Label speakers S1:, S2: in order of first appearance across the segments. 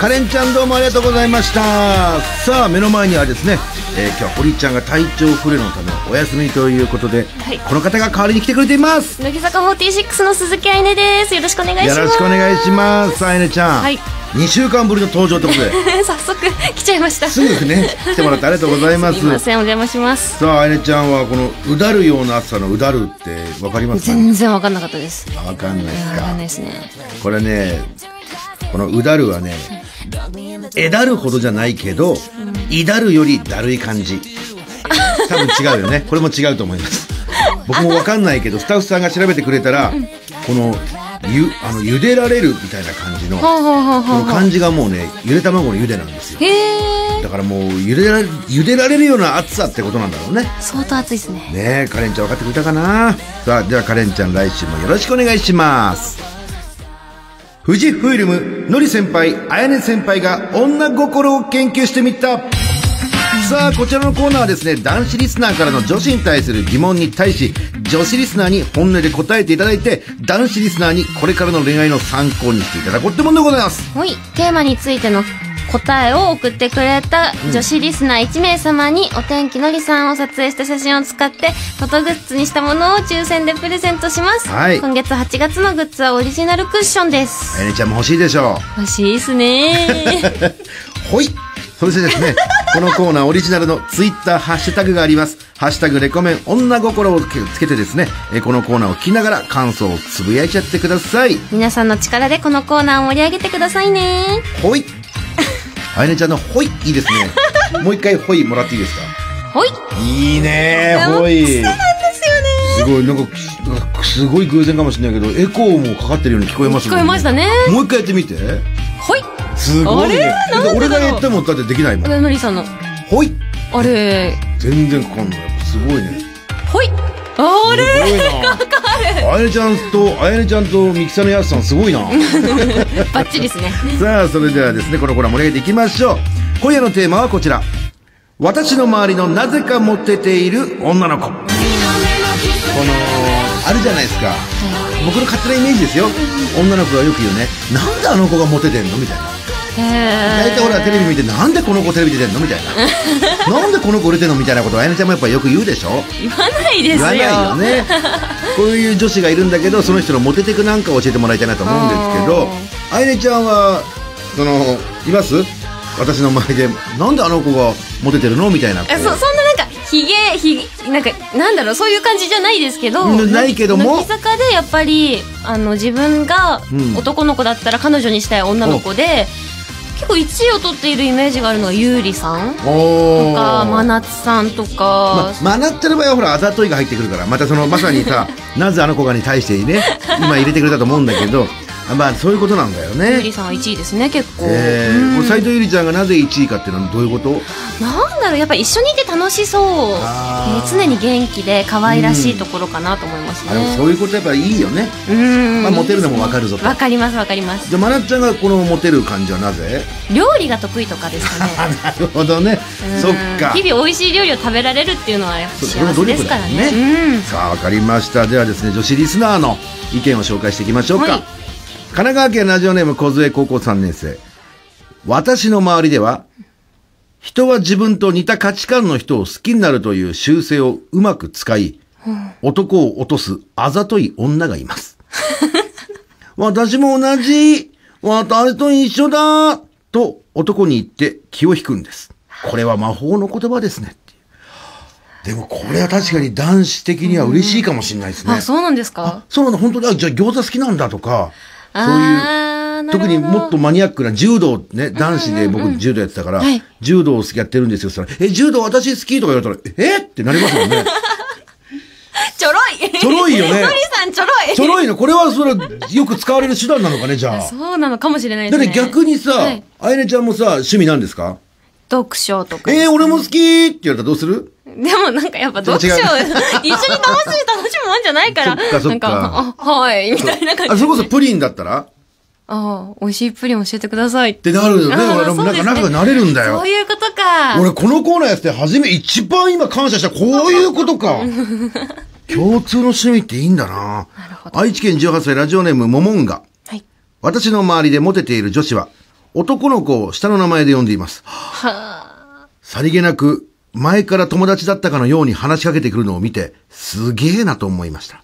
S1: カレンちゃんどうもありがとうございましたさあ目の前にはですね、えー今日は堀ちゃんが体調不良のためお休みということで、
S2: はい
S1: この方が代わりに来てくれています
S2: 乃木坂46の鈴木愛音ですよろしくお願いしま
S1: よ
S2: す
S1: ろしくお願いしますさあえねちゃん、
S2: はい
S1: 2週間ぶりの登場ということで
S2: 早速来ちゃいました
S1: すぐね来てもらってありがとうございます
S2: すみませんお邪魔します
S1: さああやねちゃんはこのうだるような暑さのうだるってわかりますかね
S2: 全然わかんなかったですわ
S1: わかんないです
S2: かんない
S1: か
S2: ですね
S1: これねこのうだるはねえだるほどじゃないけどいだるよりだるい感じ多分違うよねこれも違うと思います僕もわかんないけどスタッフさんが調べてくれたらこのゆあの茹でられるみたいな感じの
S2: ほうほうほう
S1: こ
S2: ほう
S1: の漢字がもうねゆで卵のゆでなんですよ
S2: へえ
S1: だからもうゆでられゆでられるような暑さってことなんだろうね
S2: 相当暑いですね
S1: ねえカレンちゃん分かってくれたかなさあではカレンちゃん来週もよろしくお願いします富士フイルムのり先輩あやね先輩が女心を研究してみたさあこちらのコーナーはですね男子リスナーからの女子に対する疑問に対し女子リスナーに本音で答えていただいて男子リスナーにこれからの恋愛の参考にしていただこうってもんでございます
S2: はいテーマについての答えを送ってくれた女子リスナー1名様にお天気のりさんを撮影した写真を使ってフォトグッズにしたものを抽選でプレゼントします、
S1: はい
S2: 今月8月のグッズはオリジナルクッショ ンです
S1: あやねちゃんも欲しいでしょう
S2: 欲しいですね
S1: ほいそしてです ね、このコーナーオリジナルのツイッターハッシュタグがあります。ハッシュタグレコメン女心をつけてですね、えーこのコーナーを聞きながら感想をつぶやいちゃってください。
S2: 皆さんの力でこのコーナーを盛り上げてくださいね
S1: ほ い。あやねちゃんのほい、いいですね。もう一回ほいもらっていいですか
S2: ほい
S1: いいね
S2: ほ
S1: い。す
S2: ですよね
S1: ごい、なんか、なんかすごい偶然かもしれないけど、エコーもかかってるように聞こえます
S2: 聞こえましたね
S1: もう一回やってみて。
S2: ほい
S1: すごい、ね。
S2: あれなんでだろう
S1: 俺が言ってもだってできないもん。
S2: 上森さんの
S1: ほい。
S2: あれ
S1: 全然かかんない。すごいね。
S2: ほいあれ
S1: すごいな。あやねちゃんと、あやねちゃんと、ミキサーのやすさん、すごいな。
S2: バッチリですね
S1: さあ、それではですね、このコーナー盛り上げていきましょう。今夜のテーマはこちら。私の周りのなぜかモテている女の子。この、あるじゃないですか。僕の勝手なイメージですよ。女の子がよく言うね。なんであの子がモテてんのみたいな。大
S2: 大
S1: 体ほら、テレビ見て、なんでこの子テレビ出てんのみたいな。なんでこの子売れてんのみたいなことをあやねちゃんもやっぱよく言うでしょ
S2: 言わないですよ
S1: 言わないよねこういう女子がいるんだけどその人のモテテクなんかを教えてもらいたいなと思うんですけどあいねちゃんはそのいます私の周りでなんであの子がモテてるのみたいな子
S2: えそそんななんかひげひげなんかなんだろうそういう感じじゃないですけど
S1: うんないけども
S2: 乃木坂でやっぱりあの自分が
S1: うん
S2: 男の子だったら彼女にしたい女の子で、結構1位を取っているイメージがあるのは優里さん
S1: お
S2: と
S1: ー
S2: か真夏さんとか
S1: ま、マナってる場合はほらあざといが入ってくるからまたそのまさに さなぜあの子がに対してね今入れてくれたと思うんだけどあまあそういうことなんだよ
S2: 優里
S1: ね
S2: さんは1位ですね結構、
S1: え
S2: うん
S1: ー、これ斎藤ゆりちゃんがなぜ1位かっていうのはどういうこと
S2: なんだろうやっぱ一緒にいて楽しそう、え
S1: あ
S2: ー
S1: ー
S2: 常に元気で可愛らしいところかなと思いますね
S1: あでもそういうことやっぱいいよね
S2: うん
S1: まあモテるのもわかるぞと
S2: わかりますわかります
S1: じゃあ、まなっちゃんがこのモテる感じはなぜ
S2: 料理が得意とかですかね
S1: あ、なるほどね。そっか。
S2: 日々美味しい料理を食べられるっていうのはやっぱ
S1: そ
S2: 幸せですからね
S1: それも努力だよさあ、わかりました。ではですね、女子リスナーの意見を紹介していきましょうか。
S2: はい
S1: 神奈川県ラジオネーム小杖高校3年生。私の周りでは、人は自分と似た価値観の人を好きになるという習性をうまく使い、男を落とすあざとい女がいます。 私も同じ私と一緒だと男に言って気を引くんです。これは魔法の言葉ですね。でもこれは確かに男子的には嬉しいかもしれないです
S2: うん
S1: ね。
S2: あそうなんですか
S1: そうなの、本当に、あ、じゃあ餃子好きなんだとか、そういう、
S2: あーなるほ
S1: 特に
S2: ど
S1: もっとマニアックな柔道ね、男子で僕柔道やってたから
S2: はい、
S1: 柔道好きやってるんですよ。そしたら、え、柔道私好きとか言われたら、えってなりますもんね。
S2: ちょろい
S1: ちょろいよ ね
S2: のりさんちょろい
S1: ちょろいの、これはそれ、よく使われる手段なのかね、じゃあ。
S2: そうなのかもしれない
S1: だ
S2: で
S1: っ
S2: すね
S1: て逆にさ
S2: はい、
S1: あやねちゃんもさ、趣味なんですか
S2: 読書とか
S1: えー、俺も好きって言われたらどうする
S2: でもなんかやっぱ
S1: ちょっ
S2: 読
S1: と
S2: 書
S1: 違う
S2: 一緒に楽しい楽しむもんじゃないから
S1: そっかそっか
S2: なんかあはいみたいな感じ
S1: あ、それこそプリンだったら
S2: ああ、美味しいプリン教えてくださいっ
S1: ってなるよね。
S2: あー
S1: 俺も
S2: そ
S1: な
S2: うん
S1: か
S2: ですね
S1: 仲がなれるんだよ
S2: そう。いうことか。
S1: 俺このコーナーやって初め一番今感謝したこういうこと か共通の趣味っていいんだな愛知県18歳ラジオネームモモンガ
S2: はい。
S1: 私の周りでモテている女子は男の子を下の名前で呼んでいます。さりげなく、前から友達だったかのように話しかけてくるのを見て、すげえなと思いました。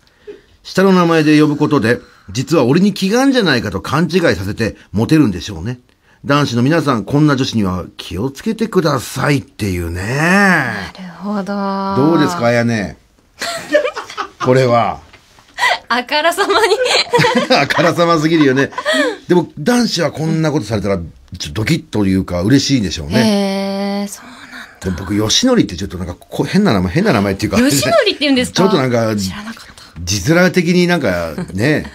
S1: 下の名前で呼ぶことで、実は俺に気があるんじゃないかと勘違いさせて、モテるんでしょうね。男子の皆さん、こんな女子には気をつけてくださいっていうね。
S2: なるほど。
S1: どうですか、あやね。これは。
S2: あからさまに。
S1: あからさますぎるよね。でも、男子はこんなことされたら、ちょっとドキッというか、嬉しいんでしょうね。
S2: へえ、そうなん
S1: でも僕、吉典ってちょっとなんかこう、変な名前、変な名前っていうか。
S2: だ。吉典って言うんですか
S1: ちょっとなんか、
S2: 知らなかった。
S1: 字面的になんか、ね。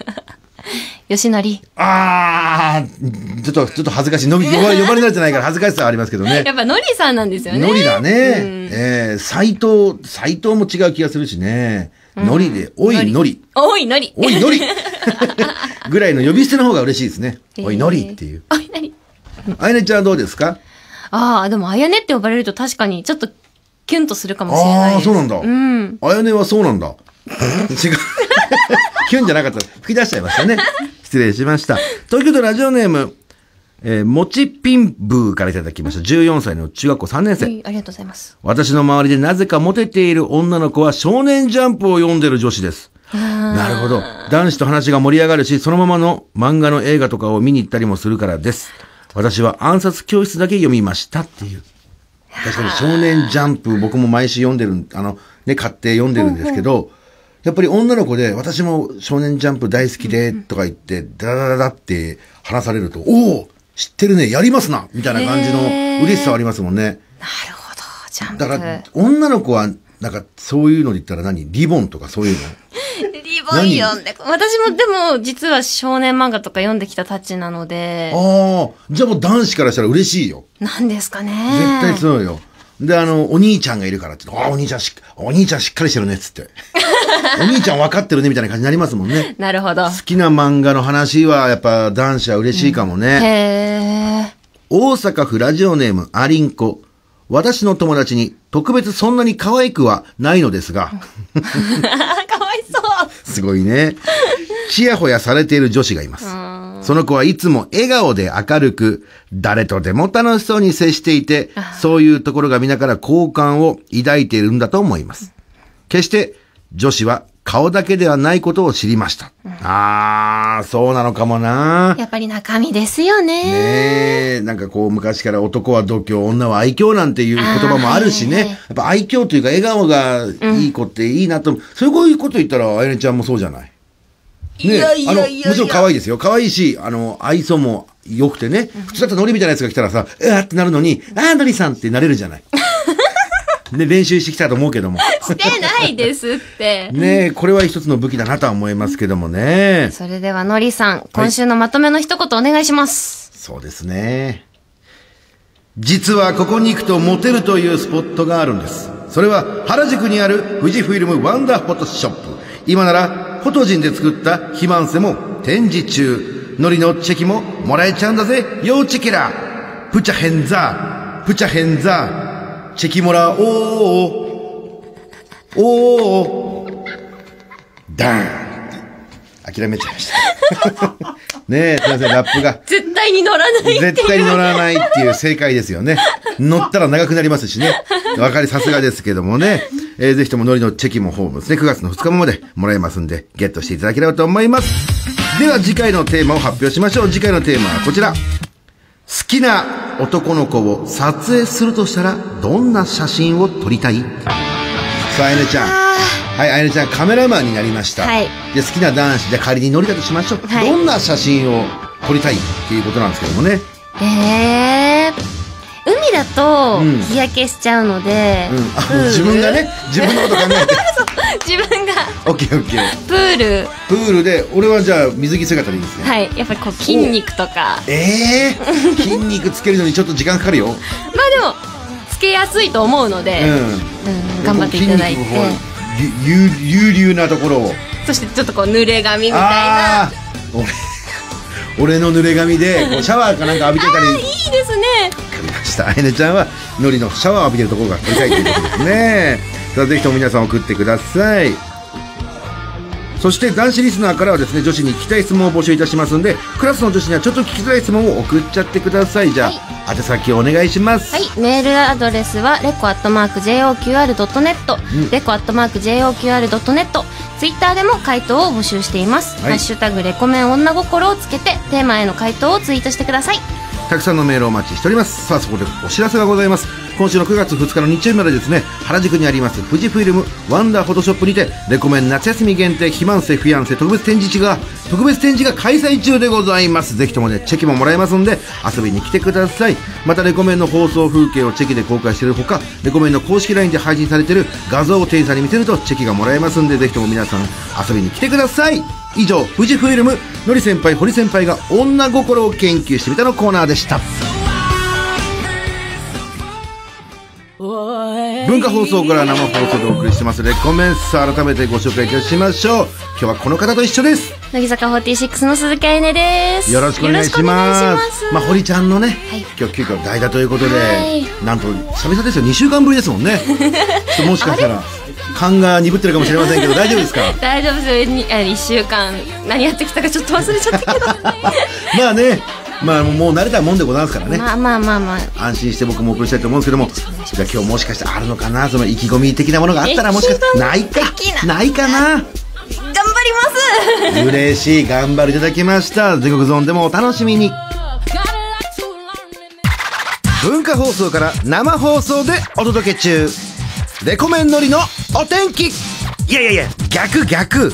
S2: 吉典。
S1: あー、ちょっと、ちょっと恥ずかしい。飲み、呼ばれ、呼ばれ慣れてないから恥ずかしさはありますけどね
S2: や。っぱノリさんなんですよね。
S1: ノリだね。えー、斎藤、斎藤も違う気がするしね。ノリで、おいノリ、
S2: おい、ノリ。
S1: おい ノリぐらいの呼び捨ての方が嬉しいですね。おいノリっていう。
S2: おい、ノリ。
S1: あやねちゃんはどうですか
S2: ああ、でも、あやねって呼ばれると確かに、ちょっと、キュンとするかもしれない
S1: あ
S2: で
S1: あ、
S2: す。
S1: そうなんだ。
S2: うん。
S1: あやねはそうなん だ。違う。キュンじゃなかった。吹き出しちゃいましたね。失礼しました。東京都ラジオネーム、えー、もちピンブーからいただきました。14歳の中学校3年生。
S2: はいありがとうございます。
S1: 私の周りでなぜかモテている女の子は少年ジャンプを読んでる女子です。なるほど。男子と話が盛り上がるし、そのままの漫画の映画とかを見に行ったりもするからです。私は暗殺教室だけ読みましたっていう。確かに少年ジャンプ僕も毎週読んでるん、あの、ね、買って読んでるんですけど、やっぱり女の子で私も少年ジャンプ大好きでとか言って、ダラダラダって話されると、おお知ってるね、やりますなみたいな感じの嬉しさはありますもんね。
S2: なるほど、ジャンプ。
S1: だから、女の子は、なんか、そういうので言ったら何リボンとかそういうの
S2: リボン読んで、私もでも、実は少年漫画とか読んできたたちなので、
S1: ああ、じゃあもう男子からしたら嬉しいよ。
S2: なんですかね。
S1: 絶対そうよ。で、あの、お兄ちゃんがいるからって、ああ、お兄ちゃんしっ、お兄ちゃんしっかりしてるね、っつ って。お兄ちゃん分かってるね、みたいな感じになりますもんね。
S2: なる ほど。
S1: 好きな漫画の話は、やっぱ男子は嬉しいかもね。
S2: へえ。
S1: 大阪府ラジオネームアリンコ。私の友達に、特別そんなに可愛くはないのですが、
S2: かわいそう。
S1: すごいね。ちやほやされている女子がいます。その子はいつも笑顔で明るく、誰とでも楽しそうに接していて、そういうところが皆から好感を抱いているんだと思います。決して、女子は顔だけではないことを知りました。あー、そうなのかもな。
S2: やっぱり中身ですよね。
S1: ねえ、なんかこう昔から男は度胸、女は愛嬌なんていう言葉もあるしね。
S2: あーはい
S1: やっぱ愛嬌というか笑顔がいい子っていいなと、そういうこと言ったら、あやねちゃんもそうじゃない。ねえ
S2: いやいやいや
S1: あ
S2: い
S1: の、
S2: や
S1: もちろん可愛いですよ。可愛いし、あの、愛想も良くてね。普通だったらノリみたいなやつが来たらさ、うわーってなるのに、あーノリさんってなれるじゃない。 ね、練習してきたと思うけども。
S2: してないですって。
S1: ねえ、これは一つの武器だなとは思いますけどもね。
S2: それでは、のりさん、今週のまとめの一言お願いします。
S1: そうですね。実はここに行くとモテるというスポットがあるんです。それは原宿にある富士フィルムワンダーフォトショップ。今ならフォトジンで作った肥満セも展示中。ノリのチェキももらえちゃうんだぜ、要チェキラプチャヘンザー、プチャヘンザー、チェキもらおうおーおーダーンって諦めちゃいました。 ねえ、すいません、ラップが。
S2: 絶対に乗らないって
S1: 絶
S2: いう。
S1: 対に乗らないっていう正解ですよ ね。乗ったら長くなりますしね。わかりさすがですけどもね。えーぜひともノリのチェキもホームですね。9月の2日までもらえますんで、ゲットしていただければと思います。では次回のテーマを発表しましょう。次回のテーマはこちら。好きな男の子を撮影するとしたら、どんな写真を撮りたいさあ、あやねちゃん。はい、あやねちゃん、カメラマンになりました。
S2: はい
S1: で、好きな男子、じゃあ仮にノリだとしましょう。
S2: はい
S1: どんな写真を撮りたいっていうことなんですけどもね。
S2: ええ海だと
S1: うん
S2: 日焼けしちゃうので、
S1: うん、あ
S2: プール
S1: 自分がね、自分のこと考えて。
S2: 自分が
S1: オッケーオッケー。
S2: プール
S1: プールで、俺はじゃあ水着姿でいいですね。
S2: はいやっぱりこう筋肉とか
S1: ええー、筋肉つけるのにちょっと時間かかるよ。うん。
S2: まあでもつけやすいと思うので、うん頑張っていただいて
S1: こう筋肉をこうゆゆ有流なところを。
S2: そしてちょっとこう濡れ髪みたいな
S1: ああー、 俺、俺の濡れ髪で、こうシャワーかなんか浴びてたり。
S2: いいですね
S1: わかりました。あやねちゃんは、のりのシャワーを浴びてるところが撮 りたいということですね。さあ、ぜひとも皆さん送ってください。そして男子リスナーからはですね女子に聞きたい質問を募集いたしますんでクラスの女子にはちょっと聞きづらい質問を送っちゃってくださいじゃあ、宛先をお願いします、
S2: はい、メールアドレスはレコアットマーク JOQR.net、レコアットマーク JOQR.net ツイッターでも回答を募集しています、
S1: はい
S2: ハッシュタグレコメン女心をつけてテーマへの回答をツイートしてください
S1: たくさんのメールをお待ちしておりますさあそこでお知らせがございます今週の9月2日の日曜日までですね原宿にあります富士フイルムワンダーフォトショップにてレコメン夏休み限定肥満性フィアンセ特別展示地が特別展示が開催中でございますぜひともねチェキももらえますんで遊びに来てくださいまたレコメンの放送風景をチェキで公開しているほかレコメンの公式 LINE で配信されている画像を店員さんに見せるとチェキがもらえますんでぜひとも皆さん遊びに来てください以上富士フイルムのり先輩堀先輩が女心を研究してみたのコーナーでした文化放送から生放送でお送りしてますレコメンス改めてご紹介いたしましょう今日はこの方と一緒です
S2: 乃木坂46の鈴木愛音です
S1: よろしくお願いします
S2: よろしくお願いします
S1: まあ堀ちゃんのね、
S2: い
S1: 今日急遽代打ということで、
S2: はい
S1: なんと久々ですよ2週間ぶりですもん ねちょっともしかしたら勘が鈍ってるかもしれませんけど大丈夫ですか
S2: 大丈夫ですよにあ1週間何やってきたかちょっと忘れちゃったけど
S1: まあねまあもう慣れたもんでございます からね、
S2: まあまあまあまあ
S1: 安心して僕もお送りしたいと思うんですけどもじゃあ今日もしかしてあるのかなその意気込み的なものがあったらもしかしてないか
S2: 的
S1: ないか な
S2: 頑張ります
S1: 嬉しい頑張りいただきました全国ゾーンでもお楽しみに 文化放送から生放送でお届け中レコメンのりのお天気いやいやいや逆逆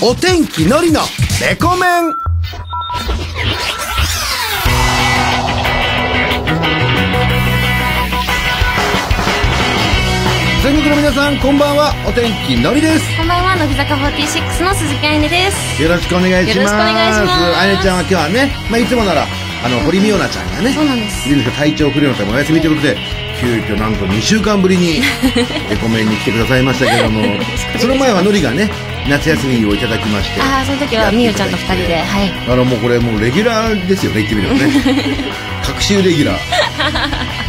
S1: お天気のりのレコメン全国の皆さんこんばんはお天気のりです
S2: こんばんは乃木坂46の鈴木愛音です
S1: よろしくお願いします。
S2: よろしくお願いします
S1: あやねちゃんは今日はね、まあ、いつもなら、あの、堀美央奈ちゃんがね、
S2: そうなんです
S1: いるんですけど体調不良のためお休みということで、急遽なんと2週間ぶり に、レコメンに来てくださいましたけども、その前はのりがね、夏休みをいただきまして。
S2: ああその時はみゆちゃんと二人ではい
S1: あの、もうこれもうレギュラーですよね、言ってみればね。 各週レギュラー。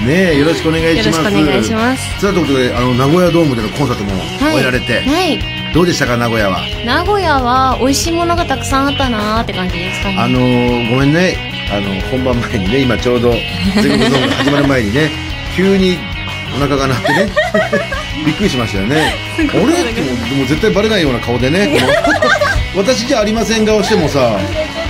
S1: ねえ、よろしくお願いします。
S2: よろしくお願いします。
S1: さあ、ということで、あの、名古屋ドームでのコンサートも
S2: はい
S1: 終えられて、
S2: はい
S1: どうでしたか、名古屋は。
S2: 名古屋は美味しいものがたくさんあったなーって感じですかね
S1: あのーごめんね、あの本番前にね、今ちょうど全国ゾーンが始まる前にね、急にお腹が鳴ってね、びっくりしましたよね。あれってもうでも絶対バレないような顔でね、この 私じゃありません顔してもさ、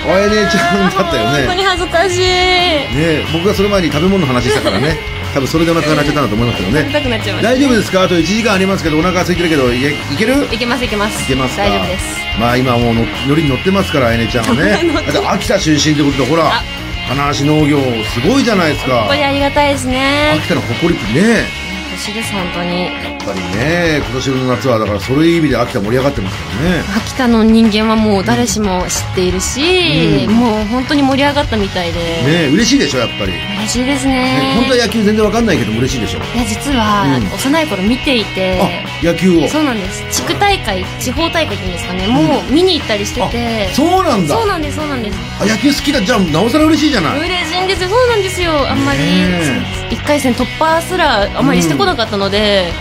S1: あやねちゃんだったよ
S2: 本当
S1: ね。
S2: に恥ずかしい
S1: ね僕がその前に食べ物の話したからね、多分それでお腹が鳴っちゃったんだと思いますけど
S2: 食べた
S1: ね。
S2: くなっちゃいました
S1: 大丈夫ですかあと1時間ありますけど、お腹空いてるけど、いけいける
S2: いけますいけます
S1: いけますか
S2: 大丈夫です
S1: まあ今もうの乗りに乗ってますからあやねちゃんは ねだって秋田出身ってことでほら
S2: あ
S1: 金足農業すごいじゃないですか
S2: ここでありがたいですね
S1: 秋田の誇りってね
S2: 欲しいです本当に
S1: やっぱりね今年の夏はだからそういう意味で秋田盛り上がってますからね
S2: 秋田の人間はもう誰しも知っているし、
S1: うん
S2: もう本当に盛り上がったみたいで、
S1: ね嬉しいでしょやっぱり、ね、
S2: 嬉しいですね
S1: 本当は野球全然わかんないけども嬉しいでしょ
S2: いや実は、
S1: うん
S2: 幼い頃見ていて
S1: あ野球を
S2: そうなんです地区大会地方大会っていうんですかねもう見に行ったりしてて、
S1: あそうなんだ
S2: そうなんですそうなんです
S1: あ野球好きだじゃあなおさら嬉しいじゃない
S2: 嬉しいんですよそうなんですよあんまり
S1: ね
S2: 1回戦突破すらあんまりしてこなかったので、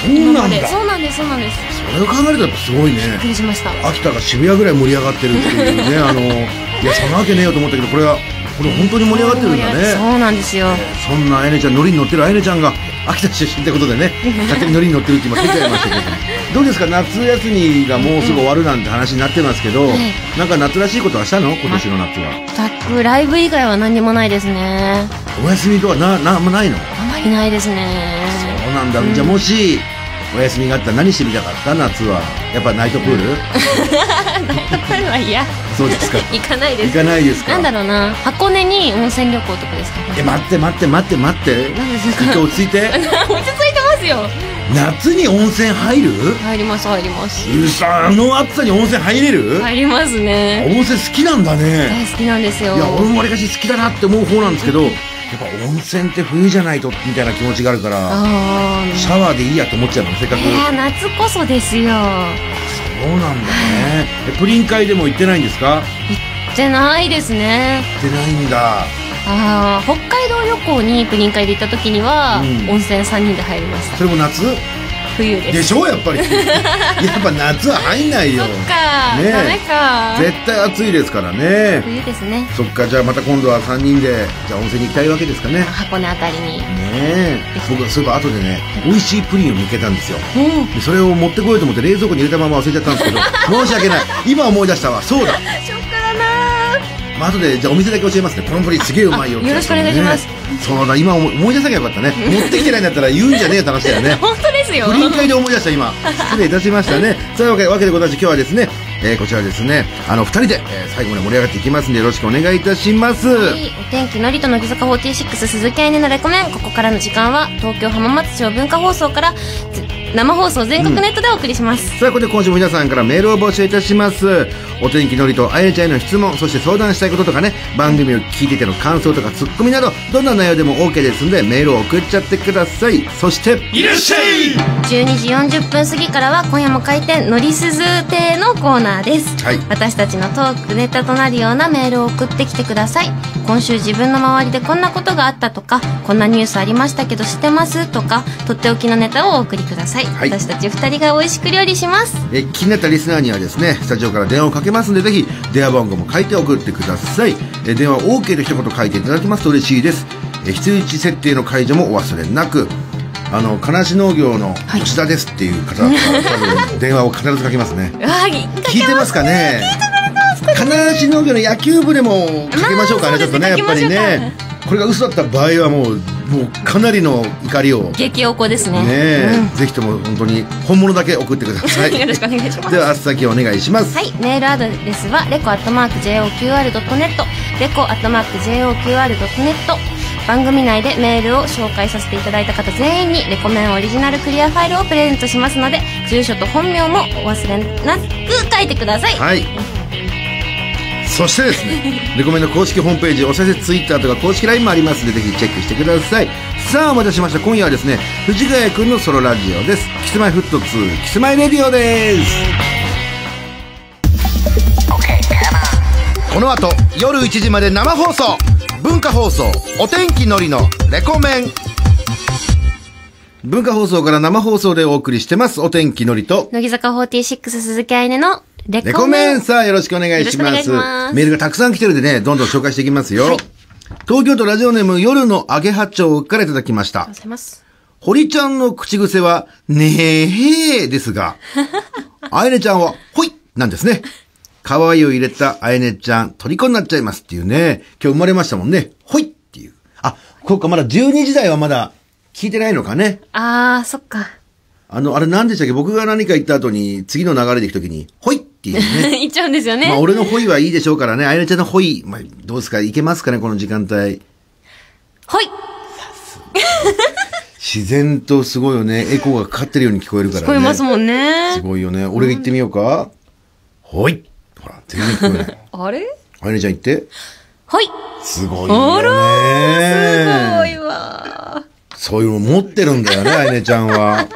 S1: そう
S2: 今
S1: な
S2: ま
S1: ん
S2: で
S1: だそ
S2: そうなんですそうなんです
S1: れを考えるとやっぱすごいね
S2: びっくりしました
S1: 秋田が渋谷ぐらい盛り上がってるっていう ねあのいやそんなわけねえよと思ったけどこれはこれ本当に盛り上がってるんだね
S2: そうなんですよ
S1: そんなあやねちゃん乗りに乗ってるあやねちゃんが秋田出身ってこと でね勝手に乗りに乗ってるって今出ちゃいましたけどどうですか夏休みがもうすぐ終わるなんて話になってますけど、
S2: はい
S1: なんか夏らしいことはしたの今年の夏は
S2: 全くライブ以外は何にもないですね
S1: お休みとかななあんまないの
S2: あまりないですね
S1: そうなんだ、じゃあもしお休みがあったら何してみたかった夏はやっぱナイト プール、
S2: これは嫌
S1: そうですか
S2: 行かないで
S1: 行
S2: す
S1: かないですか
S2: なんだろうな箱根に温泉旅行とかですかね
S1: え待って待って待って待って一回落ち着いて
S2: 落ち着いてますよ
S1: 夏に温泉入る
S2: 入ります入ります
S1: うさあの暑さに温泉入れる、
S2: 入りますね
S1: 温泉好きなんだね
S2: 大好きなんですよ
S1: いや俺もわりかし好きだなって思う方なんですけどやっぱ温泉って冬じゃないとみたいな気持ちがあるから
S2: あ
S1: シャワーでいいやと思っちゃうのせっ
S2: あ
S1: かく
S2: いや夏こそですよ行
S1: そうなんだねえプリン会でも行ってないんですか
S2: ってないですね
S1: 行ってないんだ
S2: ああ北海道旅行にプリン会で行った時には、
S1: うん
S2: 温泉3人で入りました
S1: それも夏
S2: 冬です
S1: でしょや っぱりやっぱ夏は入んないよ
S2: そっか、
S1: ねえ
S2: ダメか
S1: 絶対暑いですからね
S2: 冬ですね
S1: そっかじゃあまた今度は3人でじゃあ温泉に行きたいわけですかねね
S2: 箱根あたりに
S1: え僕はそういえば後でね美味しいプリンを見つけたんですよ
S2: うん
S1: でそれを持ってこようと思って冷蔵庫に入れたまま忘れちゃったんですけど申し訳ない今思い出したわそうだ、
S2: ショックだな
S1: まあ、後でじゃあお店だけ教えますねこのプリンすげえうまいよ
S2: あよろしくお願いします
S1: ねそうだ今思い思い出さなきゃよかった ね持ってきてないんだったら言うんじゃねえって話だよね
S2: 本当ですよ
S1: 不倫会で思い出した今失礼いたしましたねというわけでわけでございまして今日はですね、えーこちらですねあの2人で、えー最後まで盛り上がっていきますんでよろしくお願いいたします、
S2: はいお天気のりと乃木坂46鈴木愛音のレコメンここからの時間は東京浜松町文化放送からず生放送全国ネットでお送りします、
S1: さあここで今週も皆さんからメールを募集いたしますお天気のりとあやちゃんへの質問そして相談したいこととかね番組を聞いてての感想とかツッコミなどどんな内容でも OK ですんでメールを送っちゃってくださいそして
S3: いらっしゃい
S2: 12時40分過ぎからは今夜も開店のりすず亭のコーナーです、
S1: はい
S2: 私たちのトークネタとなるようなメールを送ってきてください今週自分の周りでこんなことがあったとかこんなニュースありましたけど知ってますとかとっておきのネタをお送りください、
S1: はい
S2: 私たち2人が美味しく料理します
S1: えー気になったリスナーにはですねスタジオから電話をかけますのでぜひ電話番号も書いて送ってくださいえー電話 OK で一言書いていただきますと嬉しいですえー非通知設定の解除もお忘れなくあの金足農業の吉田ですっていう方だったら多分電話を必ずかけますね
S2: うわぎ
S1: 聞いてますかね金足農業の野球部でもかけましょうかね、
S2: まあ
S1: ちょっとねや
S2: そう
S1: っ
S2: ですね
S1: ぱりねこれが嘘だった場合はもうもうかなりの怒りをね
S2: 激おこですね
S1: え、ぜひとも本当に本物だけ送ってくださ
S2: うん
S1: い
S2: よろしくお願いします
S1: では宛先をお願いします、
S2: はい、メールアドレスはレコアットマーク JOQR.net レコアットマーク JOQR.net 番組内でメールを紹介させていただいた方全員にレコメンオリジナルクリアファイルをプレゼントしますので住所と本名もお忘れなく書いてください、
S1: はいそしてです ねレコメンの公式ホームページお知らせツイッターとか公式 LINE もありますのでぜひチェックしてくださいさあお待たせしました今夜はですね藤ヶ谷君のソロラジオですキスマイフット2キスマイレディオですこの後夜1時まで生放送文化放送お天気のりのレコメン文化放送から生放送でお送りしてますお天気のりと
S2: 乃木坂46鈴木愛音のレ
S1: レ
S2: コ
S1: コ
S2: メ
S1: メ
S2: ン
S1: ンさあよろしくお願いしま
S2: よろし
S1: す
S2: くお願いします
S1: メールがたくさん来てるんでね、どんどん紹介していきますよ。
S2: はい
S1: 東京都ラジオネーム夜のアゲハチョウからいただきました
S2: ありがとうご。ざいます
S1: 堀ちゃんの口癖は、ねえへえです が、あやねちゃんは、ほいなんですね。可愛いを入れたあやねちゃん、虜になっちゃいますっていうね。今日生まれましたもんね。ほいっていう。あ、そうか、まだ12時台はまだ聞いてないのかね。
S2: あーそっか
S1: あの、あれ何でしたっけ僕が何か言った後に、次の流れで行くときに、ほいっていうね。
S2: 言っちゃうんですよね、
S1: まあ、俺のホイはいいでしょうからね。あやねちゃんのホイ、まあ、どうですかいけますかねこの時間帯。
S2: ほい
S1: 自然とすごいよね。エコーがかかってるように聞こえるから
S2: 聞
S1: ね。
S2: こえますもん
S1: す
S2: ね
S1: ごいよね。俺が言ってみようか。ホイほら、全然聞こえない。
S2: あれ
S1: あやねちゃん言って。
S2: ほい
S1: すごい
S2: あら
S1: よ
S2: ーす
S1: ね。
S2: ごいわ
S1: そういうの持ってるん だよね、あやねちゃんは。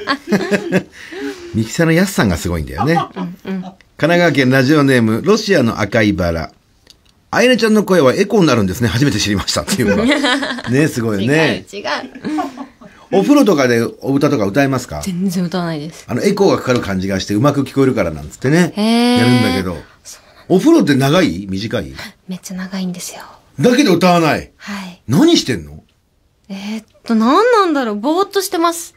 S1: ミキサーのやすさんがすごいんだよね。神奈川県ラジオネーム、ロシアの赤いバラ。あやねちゃんの声はエコーになるんですね。初めて知りましたっていうの が。ね、すごい
S2: ー
S1: よね。
S2: 違う違う
S1: お風呂とかでお歌とか歌えますか
S2: 全然歌わないです
S1: あの、エコーがかかる感じがしてうまく聞こえるからなんつってね。
S2: へー
S1: やるんだけど。お風呂って長い短い
S2: めっちゃ長いんですよ
S1: だけど歌わない。
S2: はい
S1: 何してんの
S2: えー、っと何なんだろうぼーっとしてます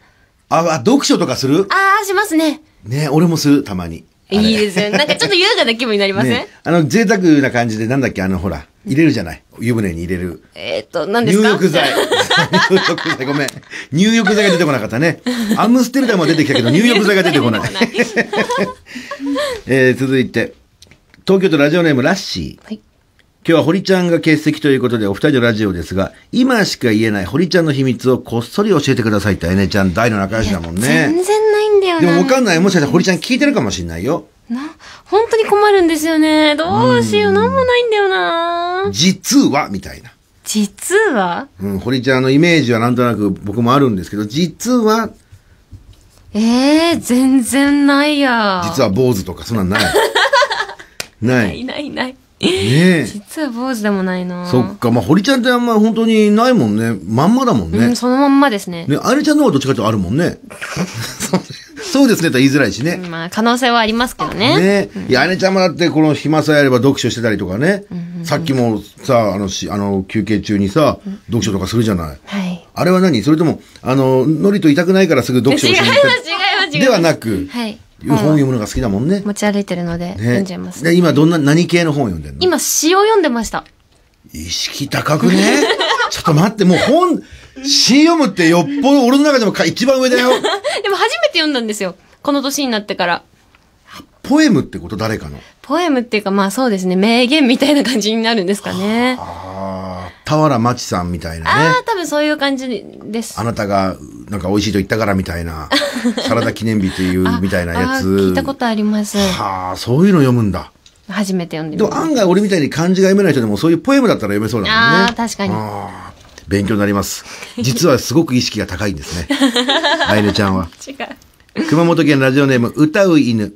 S1: あ、あ読書とかする
S2: あーしますね
S1: ね、俺もする、たまに。
S2: いいです よねなんかちょっと優雅な気分になりません、
S1: ね、あの、贅沢な感じで、なんだっけ、あの、ほら、入れるじゃない。湯船に入れる。
S2: えー、っと何です
S1: 入
S2: か
S1: 浴剤。入浴剤、ごめん。入浴剤が出てこなかったね。アムステルダムは出てきたけ ど、入浴剤が出てこない。えー、続いて、東京都ラジオネームラッシー。
S2: はい
S1: 今日は堀ちゃんが欠席ということで、お二人のラジオですが、今しか言えない堀ちゃんの秘密をこっそり教えてくださいって、えねちゃん大の仲良しだもんね
S2: 全。然ないんだよ
S1: で
S2: な
S1: もわかんない。もしかしたら堀ちゃん聞いてるかもしんないよ。
S2: な本当に困るんですよねどうしようなんもないんだよな
S1: 実は、みたいな。
S2: 実は
S1: うん、堀ちゃんのイメージはなんとなく僕もあるんですけど、実は、
S2: えー、全然ないや
S1: 実は
S2: は
S1: 坊主とかそん なんない。ないい。ね
S2: ないない
S1: え。
S2: 実は坊主でもないな
S1: そっか。まあ、堀ちゃんってあんま本当にないもんね。まんまだもん
S2: う
S1: ね
S2: ん、。そのまんまですね
S1: ね、あれちゃんの方がどっちかっていうとあるもんね。そうですねとは言いづらいしね。
S2: まあ、可能性はありますけどね。
S1: ねえ。いや、姉ちゃんもだって、この暇さえあれば読書してたりとかね。さっきもさ、あの、しあの、休憩中にさ、読書とかするじゃない。
S2: はい。
S1: あれは何それとも、あの、ノリと痛くないからすぐ
S2: 違
S1: 読
S2: います、
S1: 書
S2: 違
S1: を
S2: い
S1: し
S2: ま
S1: に
S2: す
S1: 行っ、
S2: 違います。
S1: ではなく、
S2: はい。
S1: 本を読むのが好きだもんね。
S2: 持ち歩いてるので、読んじゃいます。
S1: で今、どんな、何系の本を読んでんの
S2: 今、詩を読んでました。
S1: 意識高くね ちょっと待って、もう本、詩読むってよっぽど俺の中でもか一番上だ よ。
S2: でも初めて読んだんですよ。この年になってから。
S1: ポエムってこと誰かの。
S2: ポエムっていうか、まあそうですね、名言みたいな感じになるんですかね。
S1: ああ、俵真知さんみたいなね
S2: あ。あ、多分そういう感じです
S1: あ。なたが、なんか美味しいと言ったからみたい な、サラダ記念日っていうみたいなやつ。
S2: あー聞いたことあります。
S1: はあ、そういうの読むんだ。
S2: 初めて読んで
S1: で
S2: み
S1: も
S2: た。
S1: 案外俺みたいに漢字が読めない人でもそういうポエムだったら読めそうだもんね。
S2: あー確かに
S1: あー勉強になります。実はすごく意識が高いんですね。 あゆねちゃんは。
S2: 違う。
S1: 熊本県ラジオネーム、歌う犬。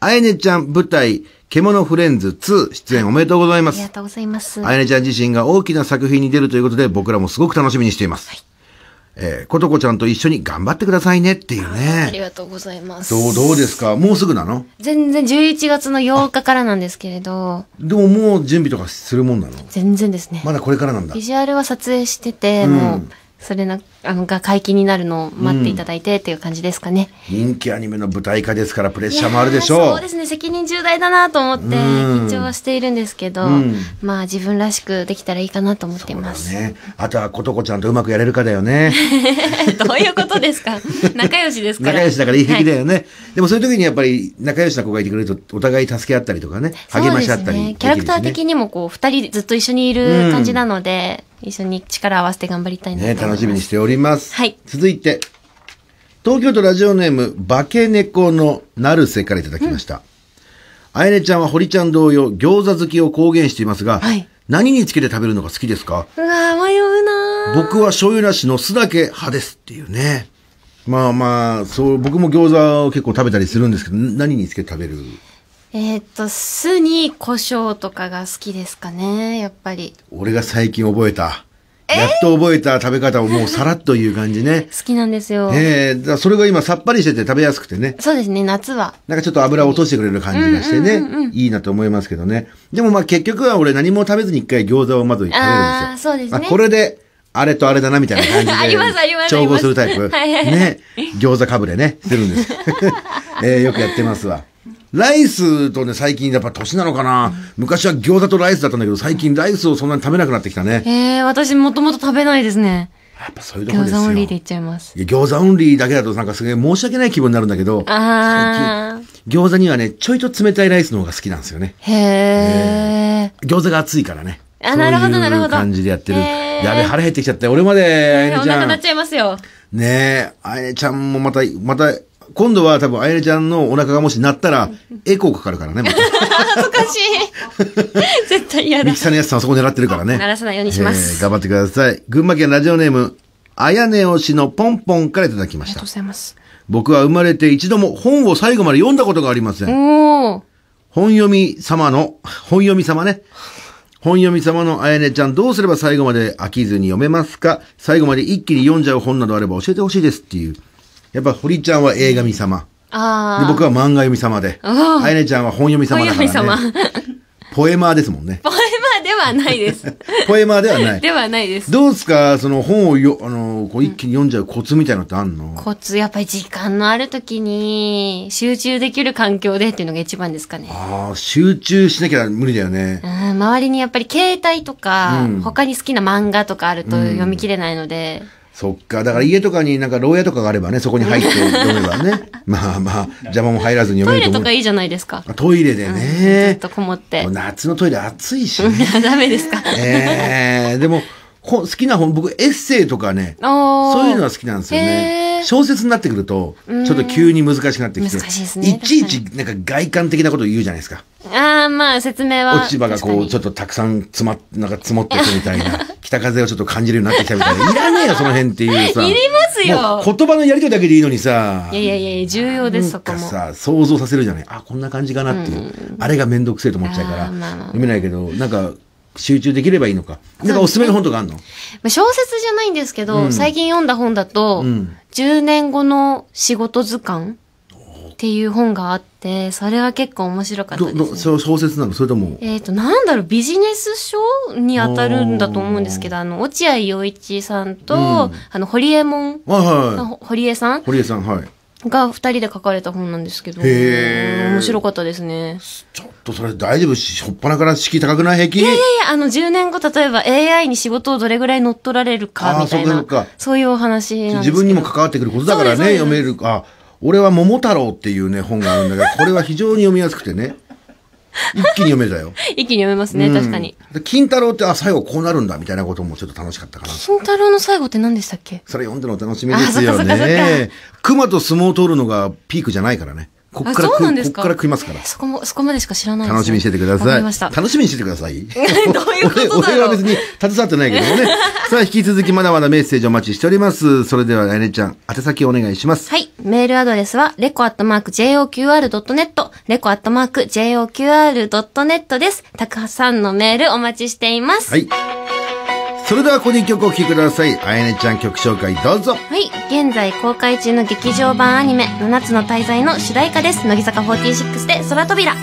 S1: あゆねちゃん舞台、獣フレンズ2出演おめでとうございま
S2: ありが
S1: す。
S2: とうございます。
S1: あ
S2: は
S1: ゆねちゃん自身が大きな作品に出るということで僕らもすごく楽しみにしています。えー、ことこちゃんと一緒に頑張ってくださいねっていう
S2: あり
S1: ね。
S2: がとうございます。
S1: どう、どうですかもうすぐなの
S2: 全然11月の8日からなんですけれど、
S1: でももう準備とかするもんなの
S2: 全然ですね。
S1: まだこれからなんだ
S2: ビ。ジュアルは撮影してて、もう、それな、あの、が解禁になるのを待っていただいてっていう感じですかね。
S1: 人気アニメの舞台化ですからプレッシャーもあるでし
S2: いやー
S1: ょ
S2: そうですね、責任重大だなと思って、緊張はしているんですけど、まあ自分らしくできたらいいかなと思っています。
S1: ね。あとはことこちゃんとうまくやれるかだよ ね。
S2: どういうことですか仲良しですから。
S1: 仲良しだからいい
S2: は
S1: 敵
S2: い
S1: だよね。でもそういう時にやっぱり仲良しな子がいてくれるとお互い助け合ったりとかね、励まし合った
S2: そうです
S1: り
S2: ね
S1: できるし、ね。
S2: キャラクター的にもこう、二人ずっと一緒にいる感じなので、一緒に力を合わせて頑張りたいなと
S1: ね、
S2: 思います。
S1: 楽しみにしております。
S2: はい
S1: 続いて、東京都ラジオネーム、化け猫のなるせからいただきました。あやねちゃんは堀ちゃん同様、餃子好きを公言していますが、
S2: はい
S1: 何につけて食べるのが好きですか
S2: うわー迷うなー
S1: 僕は醤油なしの酢だけ派ですっていうね。まあまあ、そう、僕も餃子を結構食べたりするんですけど、ん何につけて食べる
S2: えーっと、酢に胡椒とかが好きですかね、やっぱり。
S1: 俺が最近覚えた。やっと覚えた食べ方をもうさらっという感じね。
S2: 好きなんですよ。
S1: ええだからそれが今さっぱりしてて食べやすくてね。
S2: そうですね、夏は。
S1: なんかちょっと油を落としてくれる感じがしてね。いいなと思いますけどね。でもまあ結局は俺何も食べずに一回餃子をまず食べるんですよ。
S2: あーそうですね
S1: あこれで、あれとあれだなみたいな感じで。
S2: ありますあります
S1: 調合するタイプ。
S2: ありますはいはい
S1: ね。餃子かぶれね。するん です。えーよくやってますわ。ライスとね、最近やっぱ年なのかな。昔は餃子とライスだったんだけど、最近ライスをそんなに食べなくなってきたね。
S2: えー、私もともと食べないですね。
S1: やっぱそういうところで
S2: 餃
S1: すよ。
S2: 子オンリーでいっちゃいます。
S1: いや餃子オンリーだけだとなんかすげえ申し訳ない気分になるんだけど、
S2: あー。
S1: 餃子にはね、ちょいと冷たいライスの方が好きなんですよね。
S2: へー。
S1: 餃子が熱いからね。
S2: あなるほ
S1: そ
S2: ど
S1: ういう
S2: なるほど
S1: 感じでやってる。
S2: へー
S1: やべ、腹減ってきちゃったよ。俺まで、あや
S2: えー
S1: ね
S2: お
S1: ちゃ
S2: 腹
S1: ん
S2: なっ。ちゃいますよ。
S1: ねえ、あやねちゃんもまた、また、今度は多分あやねちゃんのお腹がもし鳴った ら、エコーかかるからね、また。
S2: 恥ずかし い。絶対嫌だ
S1: ミキ。サーのやつさんはそこ狙ってるからね。
S2: 鳴らさないようにします
S1: えー頑張ってください。群馬県ラジオネーム、あやね推しのポンポンからいただきま
S2: あり
S1: し
S2: が
S1: た
S2: とうご。ざいます。
S1: 僕は生まれて一度も本を最後まで読んだことがありません。
S2: おー。
S1: 本読み様の、本読み様ね。本読み様のあやねちゃん、どうすれば最後まで飽きずに読めますか最後まで一気に読んじゃう本などあれば教えてほしいですっていう。やっぱ、堀ちゃんは映画見様。で
S2: あー。
S1: 僕は漫画読み様で。
S2: あ
S1: あやねちゃんは本読み様だから、ね。
S2: 本 読み
S1: ポエマーですもんね。
S2: ポエマーではないです。
S1: ポエマー では ない。
S2: ではないです。
S1: どうすかその本をよ、あの、こう一気に読んじゃうコツみたいなのってあんの、
S2: コツ、やっぱり時間のある時に集中できる環境でっていうのが一番ですかね。
S1: ああ、集中しなきゃ無理だよね
S2: う。ん、周りにやっぱり携帯とか、他に好きな漫画とかあると読み切れないので、
S1: そっか。だから家とかになんか牢屋とかがあればね、そこに入って読めば ね。まあまあ、邪魔も入らずに
S2: ト
S1: 読
S2: イ
S1: め
S2: レ
S1: ると
S2: と
S1: 思
S2: か
S1: う。
S2: いいじゃないですか。
S1: あトイレで
S2: ちょっ
S1: ね。
S2: とこもって。
S1: 夏のトイレ暑いしね。
S2: ダメですか。
S1: ええでも、ほ好きな本、僕エッセイとかね、
S2: おー
S1: そういうのは好きなんですよ
S2: へ
S1: ね。
S2: ー
S1: 小説になってくると、ちょっと急に難しくなってきて、
S2: 難しいですね
S1: いちいちなんか外観的なことを言うじゃないですか。
S2: ああ、まあ説明は。
S1: 落ち葉がこう、ちょ
S2: っ
S1: っとたくさん詰まっ、なんか積もってるみたいな、 北風をちょっと感じるようになってきたみたいな、いらねえよ、その辺っていうさ。
S2: いりますよ
S1: もう言葉のやりとりだけでいいのにさ。
S2: いやいやいや、重要です、
S1: な
S2: そ
S1: んか
S2: こも。
S1: さ、想像させるじゃない。あ、こんな感じかなっていう。あれがめんどくせえと思っちゃうから、
S2: あーまあまあ
S1: 読めないけど、なんか、集中できればいいのか。なんかおすすめの本とかあんの、
S2: まあ小説じゃないんですけど、最近読んだ本だと、
S1: ん
S2: 10年後の仕事図鑑っていう本があって、それは結構面白かった
S1: ど、
S2: で
S1: ど、
S2: す、ね。
S1: それ小説なのそれとも、
S2: えっ、と、なんだろう、ビジネス書に当たるんだと思うんですけど、あの、落合陽一さんと、
S1: うん
S2: あの、堀江門、
S1: あはいはい。
S2: ほ堀江さん
S1: 堀江さん、はい。
S2: が二人で書かれた本なんですけど、
S1: へー
S2: 面白かったですね。
S1: ちょっとそれ大丈夫し、しょっぱなから敷居高くない平均
S2: いや、あの、10年後、例えば AI に仕事をどれぐらい乗っ取られる
S1: あ
S2: か、
S1: ー
S2: みたい
S1: そ
S2: な
S1: うかそうか、
S2: そういうお話なんで
S1: 自
S2: すけど。
S1: 分にも関わってくることだから
S2: そうで
S1: ね、
S2: す
S1: 読める。あ、俺は桃太郎っていうね、本があるんだけど、こ れは非常に読みやすくてね、一気に読めたよ。
S2: 一気に読めますね、確かに。
S1: で金太郎って、あ、最後こうなるんだ、みたいなこともちょっと楽しかったかな。
S2: 金太郎の最後って何でしたっけ
S1: それ読んでのお楽しみですよ
S2: あそっかそっかそ
S1: ね。熊と相撲を取るのがピークじゃないからね。こっから
S2: あそうなん
S1: 食う、
S2: で
S1: こ
S2: す
S1: っ
S2: か
S1: から食いますから。
S2: そこも、そこまでしか知らないです、ね。
S1: 楽しみにしててください。
S2: わかりま した。
S1: 楽しみにしててください。どう
S2: いうことだろう
S1: 俺俺は別に携わってないけども ね。さあ、引き続きまだまだメッセージお待ちしております。それでは、来年ちゃん、宛先お願いします。
S2: はい。メールアドレスは、レコアットマーク JOQR.net、レコアットマーク JOQR.net です。たくさんのメールお待ちしています。
S1: はい。それでは、ここに曲を聴きください。あやねちゃん曲紹介どうぞ。
S2: はい。現在公開中の劇場版アニメ、7つの大罪の主題歌です。乃木坂46で空扉。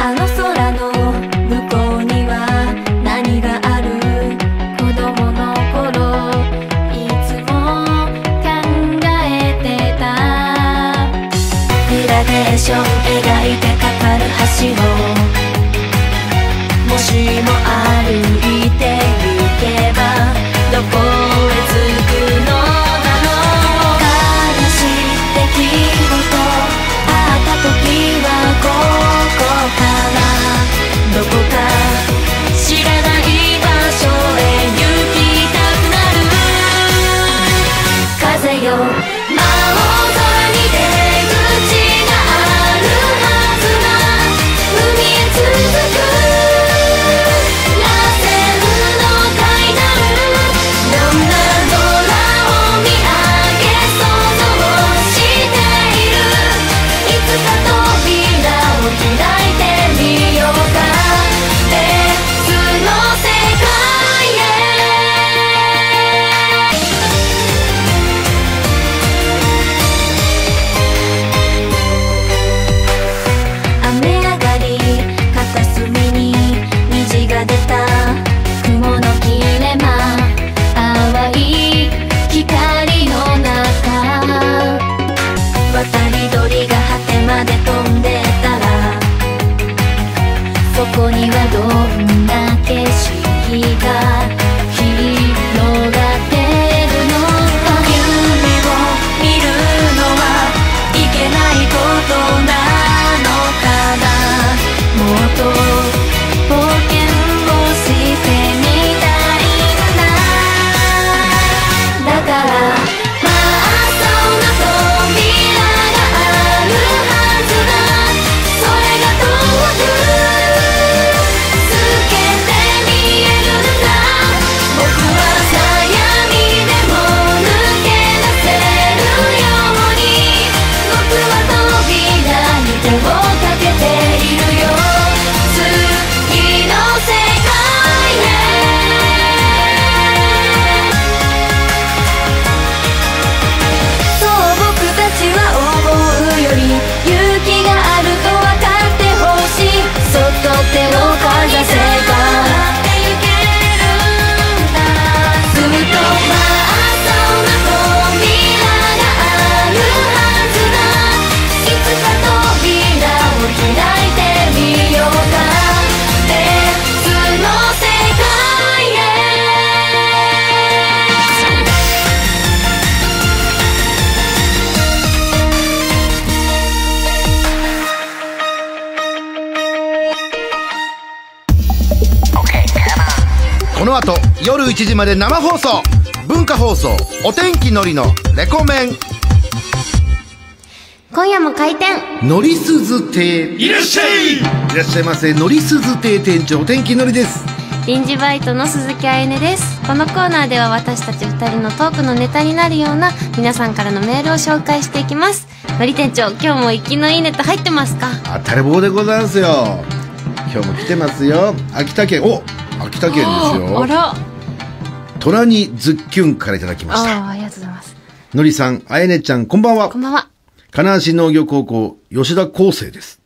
S2: あの空の向こうには何がある子供の頃いつも考えてたグラデーション描いてかかる橋をもしも歩いて行けばどこへ着くのだろう悲しい出来事あった時はここからどこか知らない場所へ行きたくなる風よ青空に出口があるはずだ海へ続く螺旋の階段どんな空を越えても
S3: 「見上げ想像している」「いつか扉を開いてみようか」「別の世界へ」
S2: 雨上がり片隅に虹が出た雲の切れ間淡い光の中渡り鳥が果てまで飛んでったらそこにはどんな景色が広がってるのか夢を見るのはいけないことなのかなもっと冒険をしてみたいんだなだから
S3: 真っ青な扉があるはずだそれが遠く透けて見えるんだ僕は悩みでも抜け出せるように僕は扉に手をかけているよ次の世界へそう僕たちは思うより勇気があると分かってほしいそっと手をかざせばずっと真っ青な扉があるはずだいつか扉を開いてみようか別の世界へ
S1: この後、夜1時まで生放送文化放送、お天気のりのレコメン、
S2: 今夜も開店
S1: のりすず亭。いらっしゃいいらっしゃいませ、のりすず亭店長、お天気のりです。
S2: 臨時バイトの鈴木あゆねですこのコーナーでは私たち2人のトークのネタになるような皆さんからのメールを紹介していきますのり店長今日も生きのいいネタ入ってますか
S1: 当たり棒でございますよ今日も来てますよ秋田県お秋田県です
S2: あ
S1: よ
S2: らあ
S1: 虎にズッキュンからいただきました
S2: あありがとうございます
S1: のりさんあやねちゃんこんばんは
S2: こんばんは
S1: 金足農業高校吉田康生です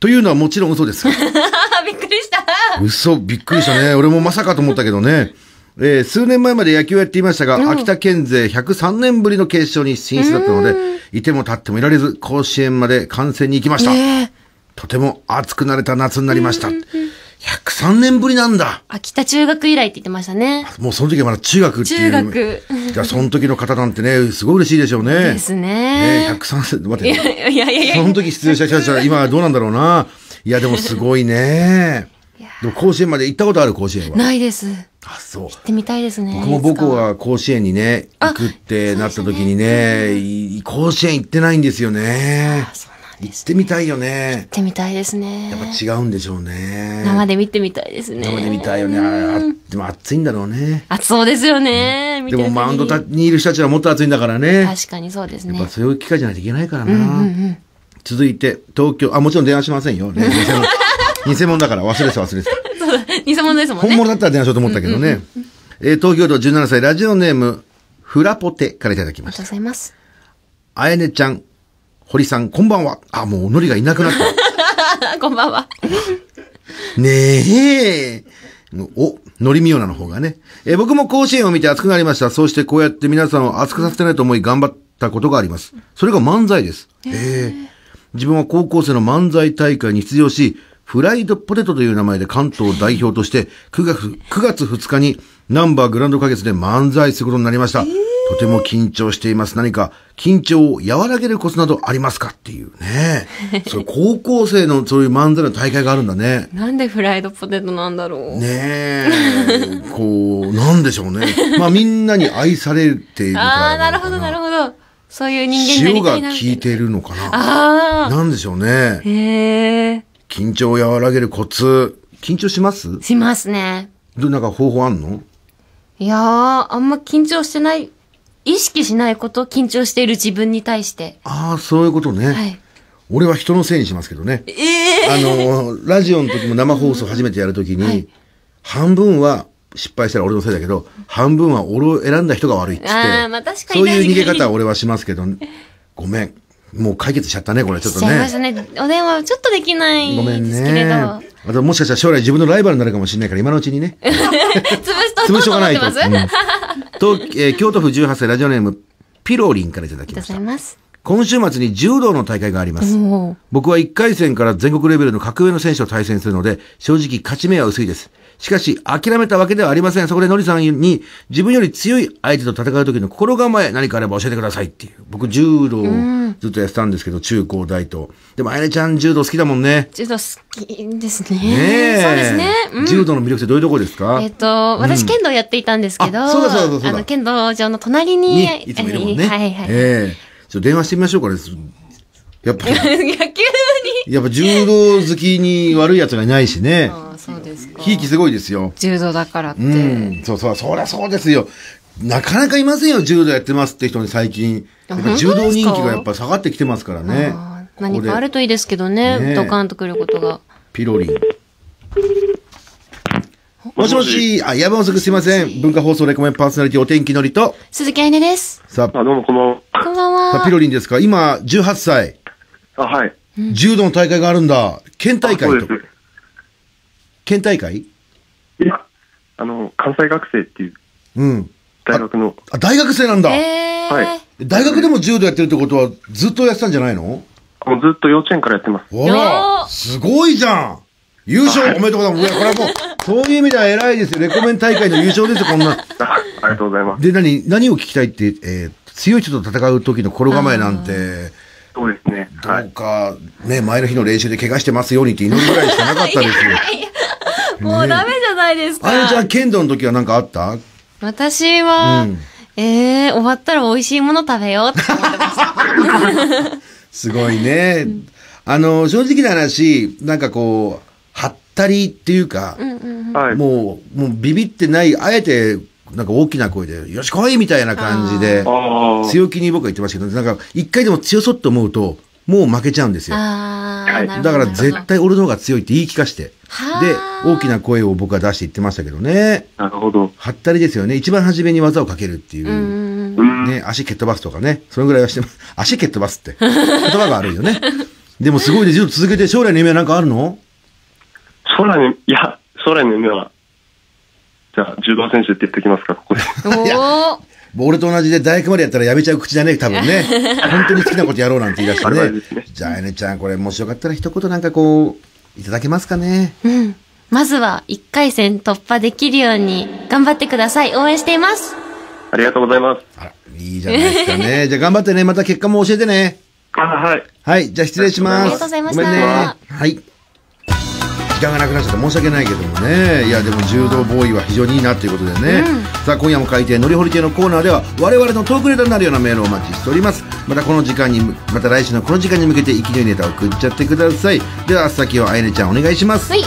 S1: というのはもちろん嘘ですが
S2: あーびっくりした
S1: 嘘びっくりしたね俺もまさかと思ったけどねえー数年前まで野球をやっていましたが、秋田県勢103年ぶりの決勝に進出だったので、いても立ってもいられず、甲子園まで観戦に行きました。
S2: ねえ
S1: とても熱くなれた夏になりました。103年ぶりなんだ。
S2: 秋田中学以来って言ってましたね
S1: もうその時はまだ中学っていう。
S2: 中学
S1: じゃあその時の方なんてね、すごい嬉しいでしょうね。
S2: です
S1: ね
S2: ね
S1: 103歳、待って、
S2: いやいやいや
S1: その時出演した人たちは今どうなんだろうな。いや、でもすごいね。でも甲子園まで行ったことある甲子園は。
S2: ないです行っ
S1: あ、そう。
S2: てみたいですね
S1: 僕も
S2: いつか
S1: 僕は甲子園にね、
S2: あ
S1: 行くってなった時にね、い甲子園行ってないんですよね。
S2: そうなんです
S1: 行ってみたいよね
S2: 行っ。てみたいですね
S1: やっぱ違うんでしょうね。
S2: 生で見てみたいですね
S1: 生で見たいよね。ああでも暑いんだろうね。
S2: あそうですよね見
S1: で
S2: てる
S1: も
S2: 限り
S1: マウンドたにいる人たちはもっと暑いんだからね。
S2: 確かにそうです
S1: やっ
S2: ね
S1: ぱそういう機会じゃないといけないからな。続いて、東京、あ、もちろん電話しませんよ。ね、偽物。偽物だから忘れてた忘れてた。
S2: そうだ 偽物ですもん
S1: 本
S2: ね
S1: 物だったら電話しようと思ったけどね。えー東京都17歳、ラジオネーム、フラポテからいただき
S2: あり
S1: ま
S2: が
S1: し
S2: とう
S1: た。
S2: ございます
S1: あやねちゃん、堀さん、こんばんは。あ、もう、のりがいなくなった。
S2: あ こんばんは
S1: ねえ。お、のりみおなの方がね。えー僕も甲子園を見て熱くなりました。そうしてこうやって皆さんを熱くさせてないと思い頑張ったことがあります。それが漫才です。ええ自分は高校生の漫才大会に出場し、フライドポテトという名前で関東を代表として、9月、9月2日にナンバーグランド花月で漫才することになりました。とても緊張しています。何か緊張を和らげるコツなどありますかっていうね。そう、高校生のそういう漫才の大会があるんだね。
S2: なんでフライドポテトなんだろう、
S1: ねえ、こう、なんでしょうね。まあみんなに愛されているから
S2: ああなるほどなる
S1: ほ
S2: ほどそういう人間
S1: 塩
S2: になりた
S1: が
S2: いな
S1: 効
S2: みたいない
S1: ているのかな。
S2: あ
S1: なんでしょうね
S2: あ。へえ
S1: 緊張を和らげるコツ。緊張します
S2: しますね
S1: ど、なんか方法あんの
S2: いやーあんま緊張してない意識しないこと緊張している自分に対して
S1: ああ、そういうことね。
S2: はい
S1: 俺は人のせいにしますけどね。
S2: ええ
S1: あの、ラジオの時も生放送初めてやる時に、
S2: はい
S1: 半分は失敗したら俺のせいだけど、半分は俺を選んだ人が悪いっつって、
S2: あーまあ確かに
S1: そういう逃げ方は俺はしますけど、ごめん。もう解決しちゃったね、これちょっ
S2: し
S1: と
S2: ちゃいま
S1: ね
S2: し。たねお電話ちょっとできない
S1: ごめん
S2: ですけれ
S1: ね。
S2: ど、
S1: あともしかしたら将来自分のライバルになるかもしれないから、今のうちにね。
S2: 潰しとこ
S1: 潰
S2: う
S1: しと
S2: と
S1: か
S2: 思っ
S1: ないと。
S2: てま
S1: うん
S2: す、ありがと
S1: とえー京都府18歳ラジオネーム、ピロリンからいただき
S2: う
S1: ま
S2: ご
S1: した
S2: ざい。ます
S1: 今週末に柔道の大会があります。
S2: もう
S1: 僕は1回戦から全国レベルの格上の選手と対戦するので、正直勝ち目は薄いです。しかし、諦めたわけではありません。そこでのりさんに、自分より強い相手と戦う時の心構え、何かあれば教えてくださいっていう。僕、柔道をずっとやってたんですけど、中高大と。でも、あやねちゃん柔道好きだもんね。
S2: 柔道好きですね
S1: ねえ。
S2: そうですね、うん
S1: 柔道の魅力ってどういうところですか
S2: えっ、と、私、剣道やっていたんですけど、
S1: あそうだそうだそうだ
S2: あの、剣道場の隣に、
S1: に、いつもいるもんね。
S2: えーはいはい。
S1: ええちょっと電話してみましょうかね。やっぱ、
S2: 野球に。
S1: やっぱ柔道好きに悪い奴がいないしね。
S2: あそうですか
S1: ひいきすごいですよ。
S2: 柔道だからって。
S1: うん、そうそう、そりゃそうですよ。なかなかいませんよ、柔道やってますって人に最近。やっぱ柔道人気がやっぱ下がってきてますからね
S2: あ。ー
S1: ここ
S2: 何
S1: で
S2: かあるといいですけどね、
S1: ねえ
S2: ドカンとくることが。
S1: ピロリン。もしもし、あ、やば遅くすいません。文化放送レコメンパーソナリティお天気のりと、
S2: 鈴木愛音です。
S1: さ
S4: あ、どうもこんばんは。
S2: こんばん
S1: あ、
S2: は。
S1: さあピロリンですか今、18歳、
S4: あ、はい。
S1: 柔道の大会があるんだ。県大
S4: あ
S1: 会
S4: そ
S1: と
S4: うで。す。
S1: 県大会
S4: いや、あの、関西学生っていう
S1: うん。
S4: 大学の、
S1: あ、大学生なんだ。
S2: えー
S4: はい
S1: 大学でも柔道やってるってことは、ずっとやってたんじゃないの
S4: もうずっと幼稚園からやってます。
S1: ほら
S2: よ、ー
S1: すごいじゃん優勝おめでとうございます。いやこれはも う、そういう意味では偉いですよ。レコメン大会の優勝ですよ、こんな。
S4: あありがとうございます。
S1: で、何、何を聞きたいって、えー強い人と戦う時の心構えなんて、
S4: そうですね。
S1: ど
S4: は
S1: う
S4: い。
S1: か、ね、前の日の練習で怪我してますようにって祈るぐらいしかなかったですよ。
S2: もうダメじゃないです
S1: あやちゃん、
S2: か。
S1: 剣道の時は何かあった
S2: 私は、
S1: うん
S2: えー、終わったら美味しいもの食べようって思ってました。
S1: すごいね。あの、正直な話、なんかこう、はったりっていうか、
S4: はい。
S1: もう、もうビビってない、あえてなんか大きな声で、よし来いみたいな感じで、
S4: ああ。
S1: 強気に僕は言ってましたけど、なんか一回でも強そうと思うと、もう負けちゃうんですよ。
S2: ああ、
S4: はい
S2: なるほ
S1: だ
S2: ど
S1: から
S2: なるほど
S1: 絶対俺の方が強いって言い聞かして、で
S2: はあ、
S1: 大きな声を僕は出して言ってましたけどね。
S4: なるほど。
S1: はったりですよね。一番初めに技をかけるっていうう。
S2: ん
S4: う。ん。
S1: ね、足蹴っ飛ばすとかね。そのぐらいはしてます。 足蹴っ飛ばすって。言葉が悪いよね。でもすごいね、ずっと続けて将来の夢はなんかあるの
S4: 空に、いや、空の夢は、じゃあ、柔道選手って言ってきますか、ここで。
S2: おお
S1: もう俺と同じで大学までやったらやめちゃう口だね、多分 ね。本当に好きなことやろうなんて言い出して
S4: バレバレです
S1: ね
S4: ね。
S1: じゃあ、あやねちゃん、これ、もしよかったら一言なんかこう、いただけますかね。
S2: うん。まずは、一回戦突破できるように、頑張ってください。応援しています。
S4: ありがとうございます。
S1: あら、いいじゃないですか ね。じゃあ頑張ってね、また結果も教えてね。
S4: あ、はい。
S1: はい、じゃあ失礼します。
S2: ありがとうございました
S1: ごめんね。はい。時間がなくなっちゃって申し訳ないけどもね。いや、でも柔道ボーイは非常にいいなということでね。さあ、今夜も改定、のりほり亭のコーナーでは、我々のトークネタになるようなメールをお待ちしております。またこの時間に、また来週のこの時間に向けて、生きるネタを送っちゃってください。では、先をあやねちゃんお願いします。
S2: はい。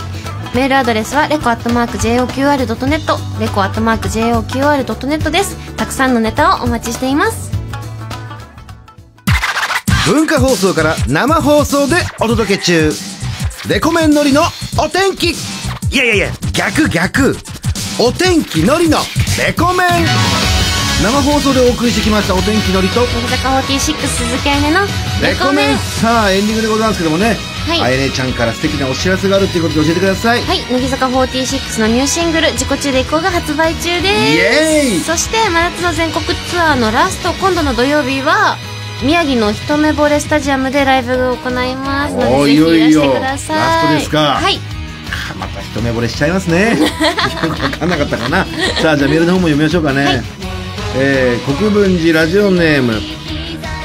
S2: メールアドレスは、レコアットマーク JOQR.net、レコアットマーク JOQR.net です。たくさんのネタをお待ちしています。
S1: 文化放送から生放送でお届け中レコメンのりのお天気いやいやいや逆逆お天気のりのレコメン生放送でお送りしてきましたお天気のりと
S2: 乃木坂46鈴木愛音の
S1: レ
S2: レ
S1: コ
S2: コ
S1: メ
S2: メ
S1: ン
S2: ン。
S1: さあエンディングでございますけどもね、
S2: はい
S1: あやねちゃんから素敵なお知らせがあるっていうことで教えてください、
S2: はい、乃木坂46のニューシングル「自己中でいこう」が発売中です
S1: イエーイ
S2: そして真夏の全国ツアーのラスト今度の土曜日は宮城の一目惚れスタジアムでライブを行いますので
S1: おー
S2: ぜひいら
S1: いよい
S2: し
S1: よ
S2: てください
S1: ラストですか
S2: はい
S1: あまた一目惚れしちゃいます ねよくわかんなかったかなさあじゃあメールの方も読みましょうかね、
S2: はい
S1: えー国分寺ラジオネーム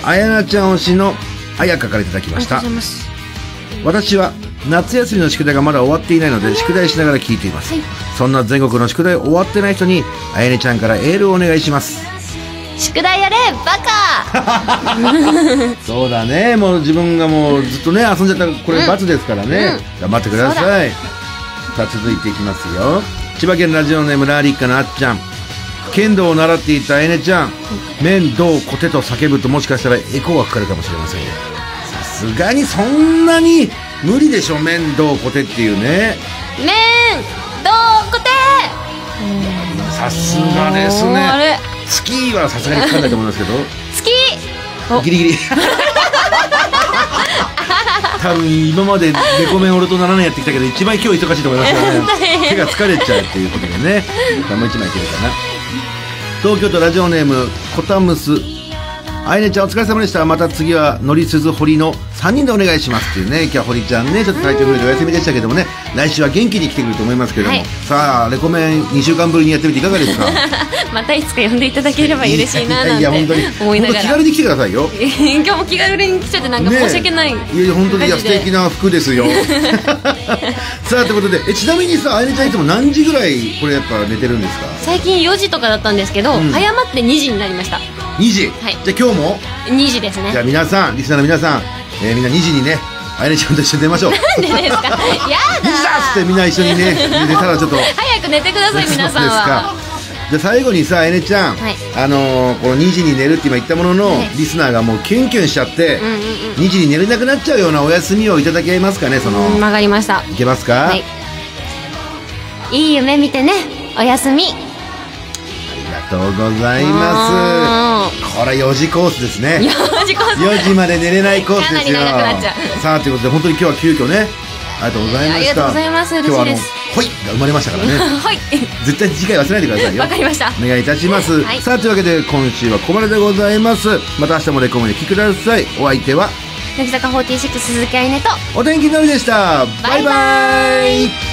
S1: あやなちゃん推しのあやかからいただき
S2: あ
S1: ま
S2: り
S1: し
S2: が
S1: た
S2: とうございます
S1: 私は夏休みの宿題がまだ終わっていないので宿題しながら聞いています、
S2: はい
S1: そんな全国の宿題終わってない人にあやねちゃんからエールをお願いします
S2: 宿題やれバカ
S1: そうだねもう自分がもうずっとね遊んじゃったこれ罰ですからね、頑張ってくださいさあ続いていきますよ千葉県ラジオネームラーリッカのあっちゃん剣道を習っていたえねちゃん面倒コテと叫ぶともしかしたらエコーがかかるかもしれませんよさすがにそんなに無理でしょ面倒コテっていうね
S2: めんどーこて
S1: さすがです
S2: おーあ
S1: ね
S2: れ
S1: スキーはさすがにかかんないと思いますけど
S2: 好きお
S1: ギリギリ 多分今までレコメン俺と7年やってきたけど一番今日忙しいと思いますから ね手が疲れちゃうっていうことでねまあもう一枚いけるかな東京都ラジオネームこたむすあいねちゃんお疲れ様でしたまた次はのりすず堀の3人でお願いしますっていうね今日は堀ちゃんねちょっと体調不良でお休みでしたけどもね来週は元気に来てくると思いますけれども、
S2: はい
S1: さあレコメン2週間ぶりにやってみていかがですか
S2: またいつか呼んでいただければ嬉しいななん
S1: い
S2: て
S1: やいや本当に
S2: 思いな
S1: 本
S2: が
S1: 当気
S2: ら
S1: 軽に来てくださいよ
S2: 今日も気軽に来ちゃってなんか
S1: ねえ
S2: 申し訳ない、
S1: いやいや本当にいや
S2: マ
S1: 素
S2: ジで
S1: 敵な服 ですよさあということでえちなみにさあやねちゃんいつも何時ぐらいこれやっぱ寝てるんですか
S2: 最近4時とかだったんですけど、
S1: ん
S2: 早まって2時になりました
S1: 2時、
S2: はい
S1: じゃあ今日も
S2: 2時ですね
S1: じゃあ皆さんリスナーの皆さん、えーみんな2時にねあやねちゃんと一緒に出まし ょう2
S2: なんでですかやだ
S1: 時だっつってみんな一緒にね寝たら ちょっと
S2: 早く寝てください皆さん
S1: そう
S2: は
S1: ですかじゃあ最後にさあやねちゃん、
S2: はい
S1: あのーこの2時に寝るって今言ったものの、
S2: はい
S1: リスナーがもうキュンキュンしちゃって、2時に寝れなくなっちゃうようなお休みをいただけますかねその、
S2: うん曲がりました
S1: いけますか、
S2: はいいい夢見てねおやすみ
S1: ありがとうございます。これ4時コースですね。
S2: 4時こそ
S1: 4時まで寝れないコースですよ。
S2: かなり長くなっちゃ
S1: さあということで本当に今日は急遽ね。ありがとうございました。
S2: いやありがとうございます
S1: 今日はあの
S2: 嬉しいです
S1: ほいが生まれましたからね。
S2: はい
S1: 絶対次回忘れないでくださいよ。
S2: わかりました
S1: お願いいたします。
S2: はい
S1: さあというわけで今週はここまででございます。また明日もレコメンで聞きください。お相手は
S2: 乃木坂46鈴木愛音と
S1: お天気のりでした。バイバイ。